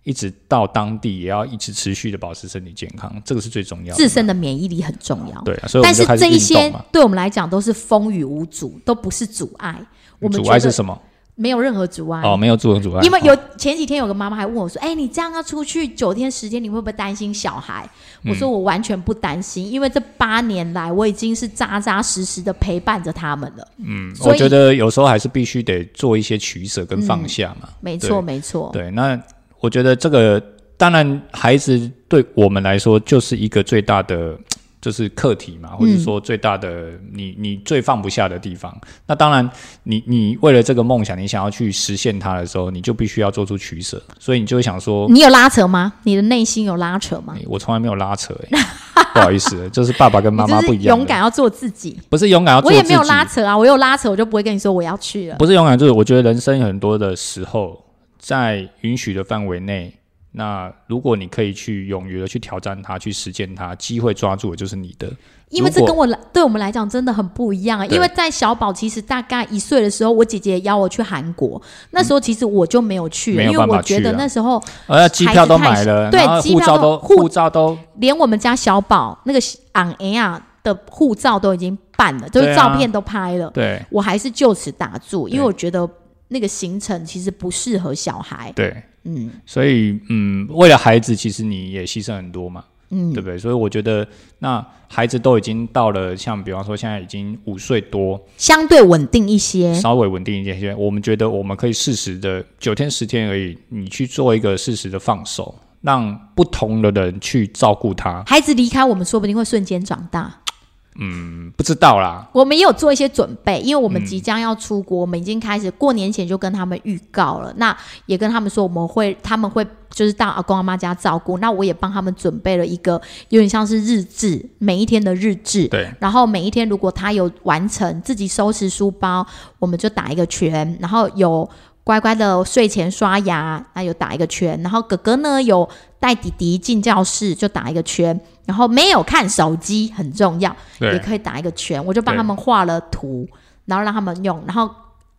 [SPEAKER 2] 一直到当地也要一直持续的保持身体健康，这个是最重要的。
[SPEAKER 1] 自身的免疫力很重要。
[SPEAKER 2] 对啊，所以我
[SPEAKER 1] 但
[SPEAKER 2] 们
[SPEAKER 1] 是
[SPEAKER 2] 就开始
[SPEAKER 1] 这一
[SPEAKER 2] 运动
[SPEAKER 1] 些
[SPEAKER 2] 嘛。
[SPEAKER 1] 对我们来讲都是风雨无阻，都不是阻碍。我们
[SPEAKER 2] 阻
[SPEAKER 1] 觉
[SPEAKER 2] 碍
[SPEAKER 1] 得
[SPEAKER 2] 是什么？
[SPEAKER 1] 没有任何阻碍。
[SPEAKER 2] 哦，没有阻阻碍，
[SPEAKER 1] 因为有前几天有个妈妈还问我说：“哎、你这样要出去九天十天，你会不会担心小孩？”
[SPEAKER 2] 嗯
[SPEAKER 1] 我说：“我完全不担心，因为这八年来我已经是扎扎实实的陪伴着他们了。”嗯，
[SPEAKER 2] 我
[SPEAKER 1] 所以
[SPEAKER 2] 觉得有时候还是必须得做一些取舍跟放下嘛。
[SPEAKER 1] 没
[SPEAKER 2] 对
[SPEAKER 1] 错，没错，
[SPEAKER 2] 对，那我觉得这个当然，孩子对我们来说就是一个最大的就是课题嘛，
[SPEAKER 1] 嗯
[SPEAKER 2] 或者说最大的你你最放不下的地方。那当然你，你为了这个梦想，你想要去实现它的时候，你就必须要做出取舍，所以你就会想说。哎
[SPEAKER 1] 你有拉扯吗？你的内心有拉扯吗？
[SPEAKER 2] 诶我从来没有拉扯、诶不好意思，就是爸爸跟妈妈
[SPEAKER 1] 你
[SPEAKER 2] 不
[SPEAKER 1] 就是
[SPEAKER 2] 一样的，
[SPEAKER 1] 勇敢要做自己。
[SPEAKER 2] 不是勇敢要做
[SPEAKER 1] 我
[SPEAKER 2] 自己，
[SPEAKER 1] 也没有拉扯啊，我有拉扯，我就不会跟你说我要去了。
[SPEAKER 2] 不是勇敢，就是我觉得人生有很多的时候，在允许的范围内，那如果你可以去勇于的去挑战它，去实践它，机会抓住的就是你的。
[SPEAKER 1] 因为这
[SPEAKER 2] 如
[SPEAKER 1] 跟
[SPEAKER 2] 果
[SPEAKER 1] 我来对我们来讲真的很不一样啊。
[SPEAKER 2] 对
[SPEAKER 1] 因为在小宝其实大概一岁的时候，我姐姐邀我去韩国，那时候其实我就没有去了，
[SPEAKER 2] 没有
[SPEAKER 1] 因为
[SPEAKER 2] 办法
[SPEAKER 1] 我觉得
[SPEAKER 2] 去啊
[SPEAKER 1] 那时候
[SPEAKER 2] 呃，机票都买了，
[SPEAKER 1] 对
[SPEAKER 2] 然后
[SPEAKER 1] 机
[SPEAKER 2] 护
[SPEAKER 1] 票
[SPEAKER 2] 照
[SPEAKER 1] 都
[SPEAKER 2] 都
[SPEAKER 1] 护
[SPEAKER 2] 护照都
[SPEAKER 1] 连我们家小宝那个昂 a 啊的护照都已经办了，就是
[SPEAKER 2] 对啊
[SPEAKER 1] 照片都拍了，
[SPEAKER 2] 对
[SPEAKER 1] 我还是就此打住，因为
[SPEAKER 2] 对
[SPEAKER 1] 我觉得那个行程其实不适合小孩。
[SPEAKER 2] 对，
[SPEAKER 1] 嗯
[SPEAKER 2] 所以嗯，为了孩子，其实你也牺牲很多嘛。
[SPEAKER 1] 嗯
[SPEAKER 2] 对，不对？所以我觉得，那孩子都已经到了，像比方说现在已经五岁多，
[SPEAKER 1] 相对稳定一些。
[SPEAKER 2] 稍微稳定一些，我们觉得我们可以适时的九天十天而已，你去做一个适时的放手，让不同的人去照顾他。
[SPEAKER 1] 孩子离开我们，说不定会瞬间长大。
[SPEAKER 2] 嗯，不知道啦。
[SPEAKER 1] 我们也有做一些准备，因为我们
[SPEAKER 2] 嗯
[SPEAKER 1] 即将要出国，我们已经开始过年前就跟他们预告了。那也跟他们说我们会，他们会就是到阿公阿妈家照顾。那我也帮他们准备了一个有点像是日志，每一天的日志。
[SPEAKER 2] 对，
[SPEAKER 1] 然后每一天如果他有完成自己收拾书包，我们就打一个圈，然后有。乖乖的睡前刷牙，那有打一个圈，然后哥哥呢有带弟弟进教室就打一个圈，然后没有看手机很重要，也
[SPEAKER 2] 对，
[SPEAKER 1] 可以打一个圈，我就帮
[SPEAKER 2] 对
[SPEAKER 1] 他们画了图，然后让他们用，然后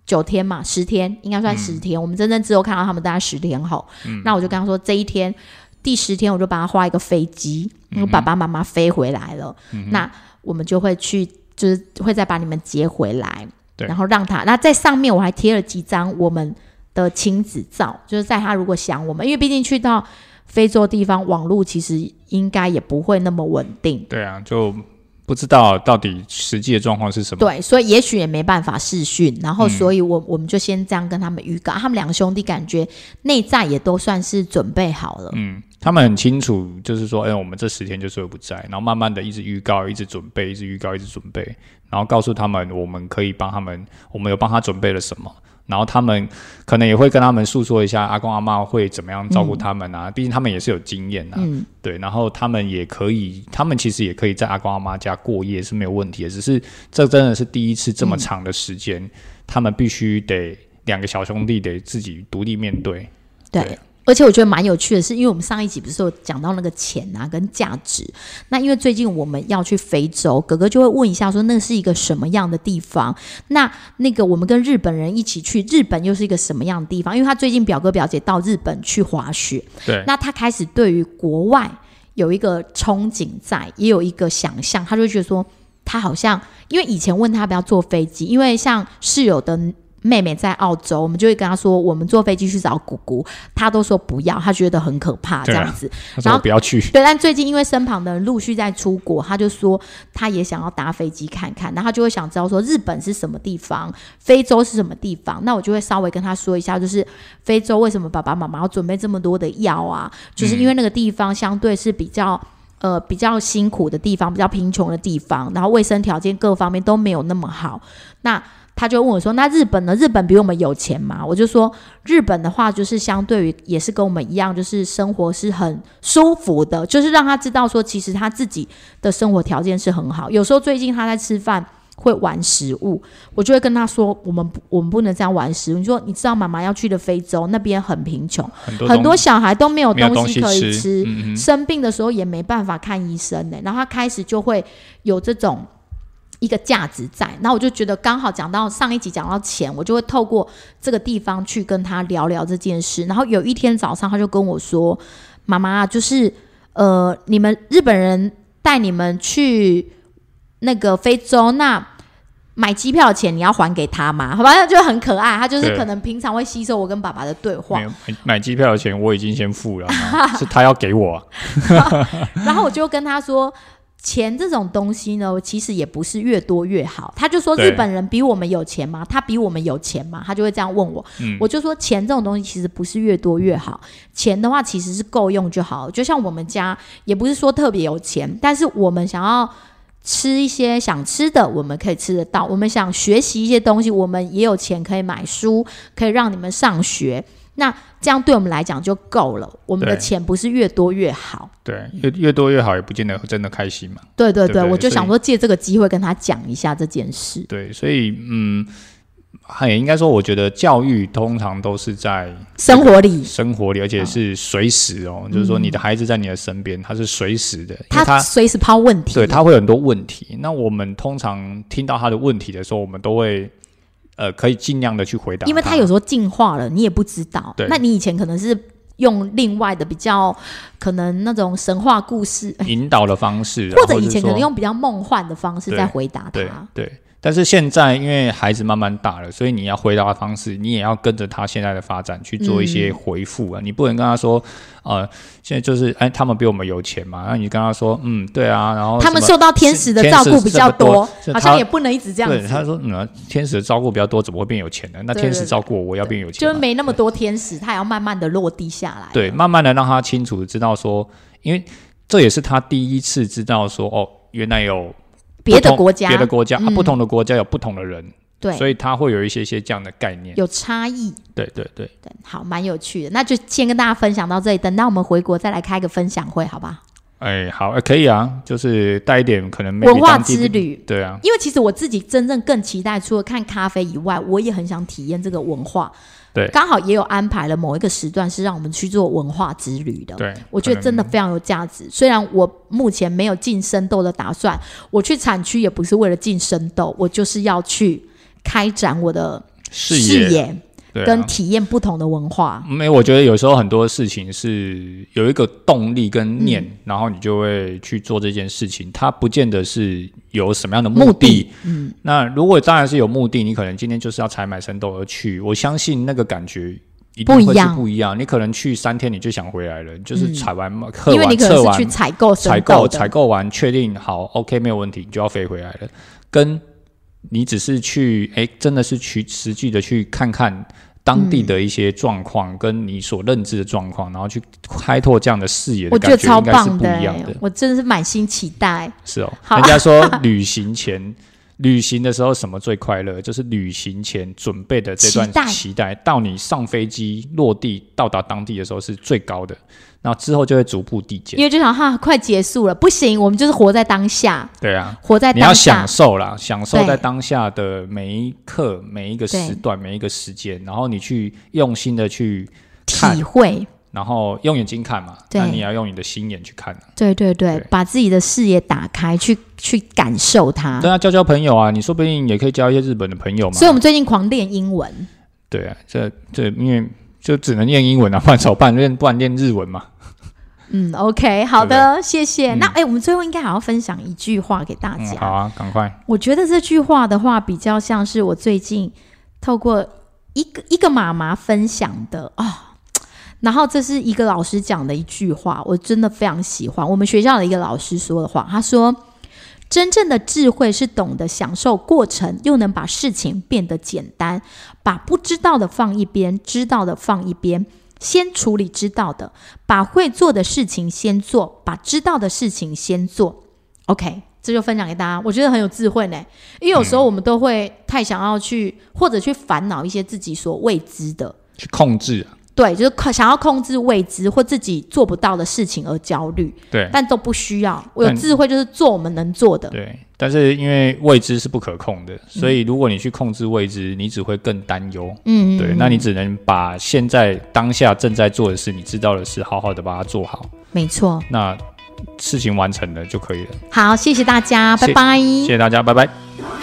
[SPEAKER 1] 九天嘛，十天应该
[SPEAKER 2] 嗯
[SPEAKER 1] 算十天，我们真正只有看到他们大概十天后，那我就跟他说这一天第十天我就帮他画一个飞机，
[SPEAKER 2] 嗯
[SPEAKER 1] 因为爸爸妈妈飞回来了，那我们就会去，就是会再把你们接回来，
[SPEAKER 2] 对
[SPEAKER 1] 然后让他，那在上面我还贴了几张我们的亲子照，就是在他如果想我们，因为毕竟去到非洲地方，网络其实应该也不会那么稳定。
[SPEAKER 2] 对啊，就不知道到底实际的状况是什么。
[SPEAKER 1] 对，嗯所以也许也没办法试训，然后所以我、我们就先这样跟他们预告，他们两个兄弟感觉内在也都算是准备好了。
[SPEAKER 2] 嗯，他们很清楚，就是说，哎、我们这十天就是会不在，然后慢慢的一直预告，一直准备，一直预告，一直准备，然后告诉他们，我们可以帮他们，我们有帮他准备了什么，然后他们可能也会跟他们诉说一下阿公阿嬷会怎么样照顾他们啊，毕竟他们也是有经验啊，
[SPEAKER 1] 嗯
[SPEAKER 2] 对，然后他们也可以，他们其实也可以在阿公阿妈家过夜是没有问题的，只是这真的是第一次这么长的时间，他们必须得两个小兄弟得自己独立面对，
[SPEAKER 1] 对。
[SPEAKER 2] 对
[SPEAKER 1] 而且我觉得蛮有趣的是，因为我们上一集不是有讲到那个钱啊跟价值，那因为最近我们要去非洲，哥哥就会问一下说那是一个什么样的地方？那那个我们跟日本人一起去，日本又是一个什么样的地方？因为他最近表哥表姐到日本去滑雪，
[SPEAKER 2] 对，
[SPEAKER 1] 那他开始对于国外有一个憧憬在，也有一个想象，他就会觉得说，他好像因为以前问他要不要坐飞机，因为像室友的。妹妹在澳洲，我们就会跟他说，我们坐飞机去找姑姑，他都说不要，他觉得很可怕这
[SPEAKER 2] 对啊
[SPEAKER 1] 样子。
[SPEAKER 2] 他说
[SPEAKER 1] 然
[SPEAKER 2] 我
[SPEAKER 1] 后
[SPEAKER 2] 不要去，
[SPEAKER 1] 对，但最近因为身旁的人陆续在出国，他就说他也想要搭飞机看看，然后他就会想知道说日本是什么地方，非洲是什么地方。那我就会稍微跟他说一下，就是非洲为什么爸爸妈妈要准备这么多的药啊？就是因为那个地方相对是比较。呃，比较辛苦的地方，比较贫穷的地方，然后卫生条件各方面都没有那么好。那他就问我说：“那日本呢？日本比我们有钱吗？”我就说：“日本的话，就是相对于也是跟我们一样，就是生活是很舒服的，就是让他知道说，其实他自己的生活条件是很好。有时候最近他在吃饭会玩食物，我就会跟他说，我们不我们不能这样玩食物。你说你知道妈妈要去的非洲那边很贫穷，
[SPEAKER 2] 很多
[SPEAKER 1] 很
[SPEAKER 2] 东
[SPEAKER 1] 多小孩都没有
[SPEAKER 2] 没有
[SPEAKER 1] 哦东
[SPEAKER 2] 东
[SPEAKER 1] 西
[SPEAKER 2] 西
[SPEAKER 1] 可以
[SPEAKER 2] 吃
[SPEAKER 1] 吃，
[SPEAKER 2] 嗯嗯
[SPEAKER 1] 生病的时候也没办法看医生呢、然后他开始就会有这种一个价值在，那我就觉得刚好讲到上一集讲到钱，我就会透过这个地方去跟他聊聊这件事。然后有一天早上，他就跟我说：“妈妈，就是呃，你们日本人带你们去那个非洲，那买机票的钱你要还给他吗？”反正就很可爱，他就是
[SPEAKER 2] 对
[SPEAKER 1] 可能平常会吸收我跟爸爸的对话
[SPEAKER 2] 没，有买买机票的钱我已经先 付了嘛，是他要给我啊、
[SPEAKER 1] 然后我就跟他说。钱这种东西呢，其实也不是越多越好。他就说
[SPEAKER 2] 对
[SPEAKER 1] 日本人比我们有钱吗？他比我们有钱吗？他就会这样问我。
[SPEAKER 2] 嗯
[SPEAKER 1] 我就说钱这种东西其实不是越多越好，钱的话其实是够用就好。就像我们家也不是说特别有钱，但是我们想要吃一些想吃的，我们可以吃得到；我们想学习一些东西，我们也有钱可以买书，可以让你们上学。那这样对我们来讲就够了。我们的
[SPEAKER 2] 对
[SPEAKER 1] 钱不是越多越好。
[SPEAKER 2] 对，越越多越好，也不见得真的开心嘛。
[SPEAKER 1] 对对对，
[SPEAKER 2] 对不对
[SPEAKER 1] 我就
[SPEAKER 2] 所以
[SPEAKER 1] 想说借这个机会跟他讲一下这件事。
[SPEAKER 2] 对，所以嗯，也应该说，我觉得教育通常都是在
[SPEAKER 1] 生活里，
[SPEAKER 2] 生活里，而且
[SPEAKER 1] 嗯
[SPEAKER 2] 是随时哦，就是说你的孩子在你的身边，他是随时的，因为
[SPEAKER 1] 嗯他随时抛问题，
[SPEAKER 2] 对他会有很多问题。那我们通常听到他的问题的时候，我们都会呃，可以尽量的去回答，
[SPEAKER 1] 因为他有。时候进化了，你也不知道
[SPEAKER 2] 对。
[SPEAKER 1] 那你以前可能是用另外的比较，可能那种神话故事，
[SPEAKER 2] 引导的方式，
[SPEAKER 1] 或者
[SPEAKER 2] 然后
[SPEAKER 1] 以
[SPEAKER 2] 是
[SPEAKER 1] 前可
[SPEAKER 2] 说
[SPEAKER 1] 能用比较梦幻的方式
[SPEAKER 2] 对
[SPEAKER 1] 在回答
[SPEAKER 2] 对
[SPEAKER 1] 他。
[SPEAKER 2] 对，但是现在因为孩子慢慢大了，所以你要回答的方式，你也要跟着他现在的发展去做一些回复
[SPEAKER 1] 嗯
[SPEAKER 2] 啊。你不能跟他说，呃，现在就是哎，他们比我们有钱嘛，那你跟他说，嗯，对啊，然后
[SPEAKER 1] 他们
[SPEAKER 2] 什么
[SPEAKER 1] 受到天使的
[SPEAKER 2] 天
[SPEAKER 1] 照
[SPEAKER 2] 使
[SPEAKER 1] 顾比
[SPEAKER 2] 这
[SPEAKER 1] 较
[SPEAKER 2] 么多是
[SPEAKER 1] 好
[SPEAKER 2] 他
[SPEAKER 1] 像也不能一直这样
[SPEAKER 2] 对，他
[SPEAKER 1] 子，
[SPEAKER 2] 说，嗯，天使的照顾比较多，怎么会变有钱呢？那
[SPEAKER 1] 对
[SPEAKER 2] 天
[SPEAKER 1] 对
[SPEAKER 2] 使
[SPEAKER 1] 对
[SPEAKER 2] 照顾我，我要变有钱
[SPEAKER 1] 就
[SPEAKER 2] 吗
[SPEAKER 1] 是。没那么多天使，他也要慢慢的落地下来。
[SPEAKER 2] 对，慢慢的让他清楚地知道说，因为这也是他第一次知道说，哦，原来有
[SPEAKER 1] 别的
[SPEAKER 2] 不同
[SPEAKER 1] 国家，
[SPEAKER 2] 别的国家、啊，
[SPEAKER 1] 嗯
[SPEAKER 2] 不同的国家有不同的人，
[SPEAKER 1] 对，
[SPEAKER 2] 所以他会有一些些这样的概念。
[SPEAKER 1] 有差异。
[SPEAKER 2] 对对对，
[SPEAKER 1] 对，好，蛮有趣的。那就先跟大家分享到这里，等到我们回国再来开个分享会，好吧？
[SPEAKER 2] 哎，好，哎可以啊，就是带一点可能
[SPEAKER 1] 文
[SPEAKER 2] maybe
[SPEAKER 1] 化
[SPEAKER 2] 当地
[SPEAKER 1] 之
[SPEAKER 2] 的，
[SPEAKER 1] 旅。
[SPEAKER 2] 对啊，
[SPEAKER 1] 因为其实我自己真正更期待，除了看咖啡以外，我也很想体验这个文化。
[SPEAKER 2] 对
[SPEAKER 1] 刚好也有安排了某一个时段是让我们去做文化之旅的。
[SPEAKER 2] 对，
[SPEAKER 1] 我觉得
[SPEAKER 2] 可能
[SPEAKER 1] 真的非常有价值。虽然我目前没有进深豆的打算，我去产区也不是为了进深豆，我就是要去开展我的
[SPEAKER 2] 视
[SPEAKER 1] 视
[SPEAKER 2] 野
[SPEAKER 1] 野
[SPEAKER 2] 对啊
[SPEAKER 1] 跟体验不同的文化。
[SPEAKER 2] 没，我觉得有时候很多事情是有一个动力跟念，
[SPEAKER 1] 嗯
[SPEAKER 2] 然后你就会去做这件事情。它不见得是有什么样的目的。
[SPEAKER 1] 目的嗯，
[SPEAKER 2] 那如果当然是有目的，你可能今天就是要采买生豆而去，我相信那个感觉。一定
[SPEAKER 1] 不一
[SPEAKER 2] 会是
[SPEAKER 1] 样
[SPEAKER 2] 不一样。你可能去三天你就想回来了，就是
[SPEAKER 1] 嗯
[SPEAKER 2] 采完嘛、喝
[SPEAKER 1] 因为你
[SPEAKER 2] 完、
[SPEAKER 1] 可
[SPEAKER 2] 测
[SPEAKER 1] 能是去
[SPEAKER 2] 完、
[SPEAKER 1] 采购深
[SPEAKER 2] 采
[SPEAKER 1] 豆
[SPEAKER 2] 购、
[SPEAKER 1] 的
[SPEAKER 2] 采购完，确定好 OK 没有问题，你就要飞回来了。跟你只是去哎、诶真的是去实际的去看看当地的一些状况，跟你所认知的状况，然后去开拓这样的视野的
[SPEAKER 1] 我觉
[SPEAKER 2] 感
[SPEAKER 1] 得
[SPEAKER 2] 觉，
[SPEAKER 1] 超
[SPEAKER 2] 应该是
[SPEAKER 1] 棒
[SPEAKER 2] 不一样
[SPEAKER 1] 欸
[SPEAKER 2] 的。
[SPEAKER 1] 我真的是满心期待。
[SPEAKER 2] 是哦，
[SPEAKER 1] 好
[SPEAKER 2] 人家说旅行前。 旅行的时候什么最快乐？就是旅行前准备的这段
[SPEAKER 1] 期待
[SPEAKER 2] 期待，到你上飞机落地到达当地的时候是最高的，然后之后就会逐步递减
[SPEAKER 1] 因。为就想哈，快结束了，不行，我们就是活在当下，
[SPEAKER 2] 对啊，
[SPEAKER 1] 活在
[SPEAKER 2] 你要
[SPEAKER 1] 当下
[SPEAKER 2] 享。受啦，享受
[SPEAKER 1] 对
[SPEAKER 2] 在当下的每一刻、每一个时段、每一个时间，然后你去用心的去看
[SPEAKER 1] 体，会，
[SPEAKER 2] 然后用眼睛看嘛，
[SPEAKER 1] 对
[SPEAKER 2] 那你也要用你的心眼去看、啊。
[SPEAKER 1] 对对对，
[SPEAKER 2] 对
[SPEAKER 1] 把自己的视野打开，去去感受它。
[SPEAKER 2] 对啊，交交朋友啊，你说不定也可以交一些日本的朋友嘛。
[SPEAKER 1] 所以，我们最近狂练英文，
[SPEAKER 2] 对啊，这这因为就只能念英文啊， 不然怎么办？练不然练日文嘛。
[SPEAKER 1] 嗯，OK，好的，谢谢。
[SPEAKER 2] 嗯
[SPEAKER 1] 那哎、我们最后应该还要分享一句话给大
[SPEAKER 2] 嗯，
[SPEAKER 1] 家。
[SPEAKER 2] 好啊，赶快。
[SPEAKER 1] 我觉得这句话的话，比较像是我最近透过一个一个妈妈分享的啊、然后这是一个老师讲的一句话，我真的非常喜欢。我们学校的一个老师说的话，他说：“真正的智慧是懂得享受过程，又能把事情变得简单，把不知道的放一边，知道的放一边。”先处理知道的，把会做的事情先做，把知道的事情先做，OK，这就分享给大家，我觉得很有智慧呢。因为有
[SPEAKER 2] 嗯
[SPEAKER 1] 时候我们都会太想要去，或者去烦恼一些自己所未知的，
[SPEAKER 2] 去控制、啊，
[SPEAKER 1] 对，就是控想要控制未知或自己做不到的事情而焦虑，
[SPEAKER 2] 对
[SPEAKER 1] 但都不需要。我有
[SPEAKER 2] 哎但
[SPEAKER 1] 智慧就是做我们能做的，
[SPEAKER 2] 对，但是因为未知是不可控的，所以如果你去控制未知，你只会更担忧。
[SPEAKER 1] 嗯，
[SPEAKER 2] 对，那你只能把现在当下正在做的事，你知道的事，好好的把它做好，
[SPEAKER 1] 没错。
[SPEAKER 2] 那事情完成了就可以了。
[SPEAKER 1] 好，谢谢大家，
[SPEAKER 2] 谢
[SPEAKER 1] 拜拜。
[SPEAKER 2] 谢谢大家，拜
[SPEAKER 3] 「
[SPEAKER 2] 拜。
[SPEAKER 3] 夢を見て